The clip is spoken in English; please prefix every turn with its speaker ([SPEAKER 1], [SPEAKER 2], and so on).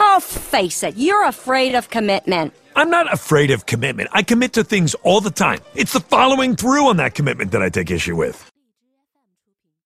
[SPEAKER 1] Oh, face it, you're afraid of commitment.
[SPEAKER 2] I'm not afraid of commitment. I commit to things all the time. It's the following through on that commitment that I take issue with.